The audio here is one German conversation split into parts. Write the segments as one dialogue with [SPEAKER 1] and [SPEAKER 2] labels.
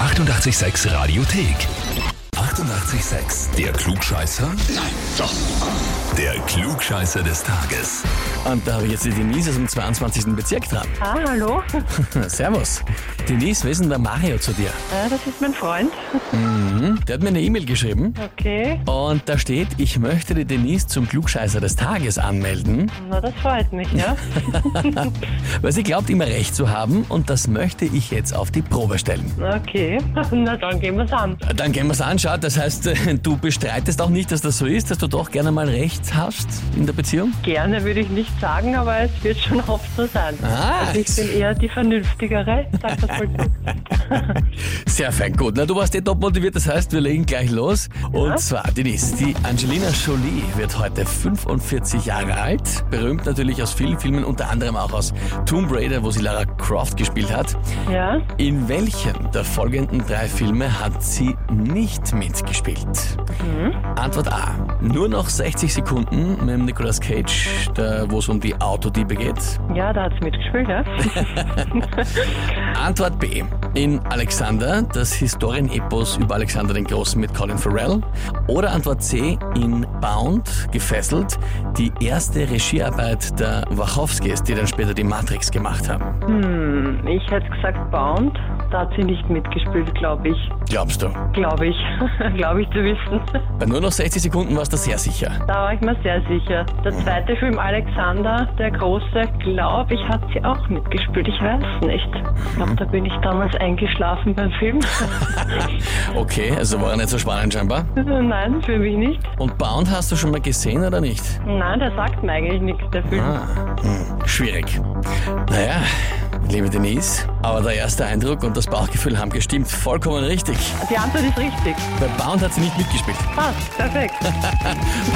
[SPEAKER 1] 886 Radiothek. 88,6. Der Klugscheißer? Nein, doch. Der Klugscheißer des Tages.
[SPEAKER 2] Und da habe ich jetzt die Denise aus dem 22. Bezirk dran.
[SPEAKER 3] Ah, hallo.
[SPEAKER 2] Servus. Denise, wer ist denn der Mario zu dir?
[SPEAKER 3] Äh, Das ist mein Freund.
[SPEAKER 2] Der hat mir eine E-Mail geschrieben
[SPEAKER 3] Okay,
[SPEAKER 2] und da steht, ich möchte die Denise zum Klugscheißer des Tages anmelden,
[SPEAKER 3] na das freut mich, ja.
[SPEAKER 2] weil sie glaubt, immer recht zu haben und das möchte ich jetzt auf die Probe stellen.
[SPEAKER 3] Okay, na dann gehen wir's an.
[SPEAKER 2] Dann gehen wir es anschauen. Das heißt, äh, du bestreitest auch nicht, dass das so ist, dass du doch gerne mal recht hast in der Beziehung?
[SPEAKER 3] Gerne würde ich nicht sagen, aber es wird schon oft so sein.
[SPEAKER 2] Ah.
[SPEAKER 3] Also ich bin eher die Vernünftigere, sag das mal so.
[SPEAKER 2] Sehr fein, gut. Na, du warst eh top motiviert, das heißt, wir legen gleich los. Und zwar, Denise, die Angelina Jolie wird heute 45 Jahre alt. Berühmt natürlich aus vielen Filmen, unter anderem auch aus Tomb Raider, wo sie Lara Croft gespielt hat.
[SPEAKER 3] Ja,
[SPEAKER 2] In welchem der folgenden drei Filme hat sie nicht mitgespielt? Antwort A. Nur noch 60 Sekunden mit dem Nicolas Cage, da, wo es um die Autodiebe geht.
[SPEAKER 3] ja, da hat's mitgespielt, ja.
[SPEAKER 2] Antwort B. In Alexander, das Historienepos über Alexander den Großen mit Colin Farrell. Oder Antwort C. In Bound, gefesselt, die erste Regiearbeit der Wachowskis, die dann später die Matrix gemacht haben.
[SPEAKER 3] Hm, ich hätte gesagt Bound, da hat sie nicht mitgespielt, glaube ich.
[SPEAKER 2] Glaubst du?
[SPEAKER 3] Glaube ich, glaube ich zu wissen.
[SPEAKER 2] Bei nur noch 60 Sekunden warst du sehr sicher.
[SPEAKER 3] Da war ich mir sehr sicher. Der zweite Film Alexander, der Große, glaube ich, hat sie auch mitgespielt. Ich weiß nicht. Ich glaube, da bin ich damals eingeschlafen beim Film.
[SPEAKER 2] Okay, also war er nicht so spannend scheinbar.
[SPEAKER 3] Nein, für mich nicht.
[SPEAKER 2] Und Bound hast du schon mal gesehen oder nicht?
[SPEAKER 3] Nein, der sagt mir eigentlich nichts, der Film.
[SPEAKER 2] Ah, hm, schwierig. Naja, liebe Denise, aber der erste Eindruck und das Bauchgefühl haben gestimmt. Vollkommen richtig.
[SPEAKER 3] Die Antwort ist richtig.
[SPEAKER 2] Bei Bound hat sie nicht mitgespielt.
[SPEAKER 3] Passt, perfekt.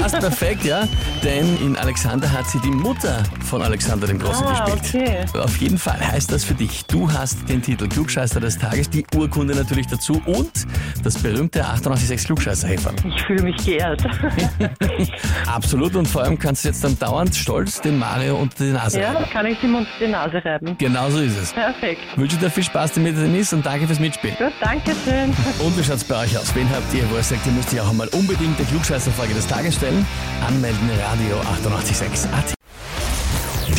[SPEAKER 2] Passt perfekt, ja. Denn in Alexander hat sie die Mutter von Alexander dem Großen
[SPEAKER 3] Ah,
[SPEAKER 2] gespielt. Auf jeden Fall heißt das für dich, du hast den Titel Klugscheißer des Tages, die Urkunde natürlich dazu und das berühmte 886 Klugscheißerhefern.
[SPEAKER 3] Ich fühle mich geehrt.
[SPEAKER 2] Absolut und vor allem kannst du jetzt dann dauernd stolz den Mario unter die Nase
[SPEAKER 3] Ja,
[SPEAKER 2] reiben.
[SPEAKER 3] kann ich ihm unter die Nase reiben.
[SPEAKER 2] Genau so ist es.
[SPEAKER 3] Perfekt.
[SPEAKER 2] Wünsche dir viel Spaß damit, Denise, und danke fürs Mitspielen.
[SPEAKER 3] Gut, danke schön.
[SPEAKER 2] Und wie schaut's bei euch aus? Wen habt ihr, wo ihr sagt, ihr müsst ihr auch einmal unbedingt der Klugscheißerfrage des Tages stellen? Anmelden, Radio 886 AT.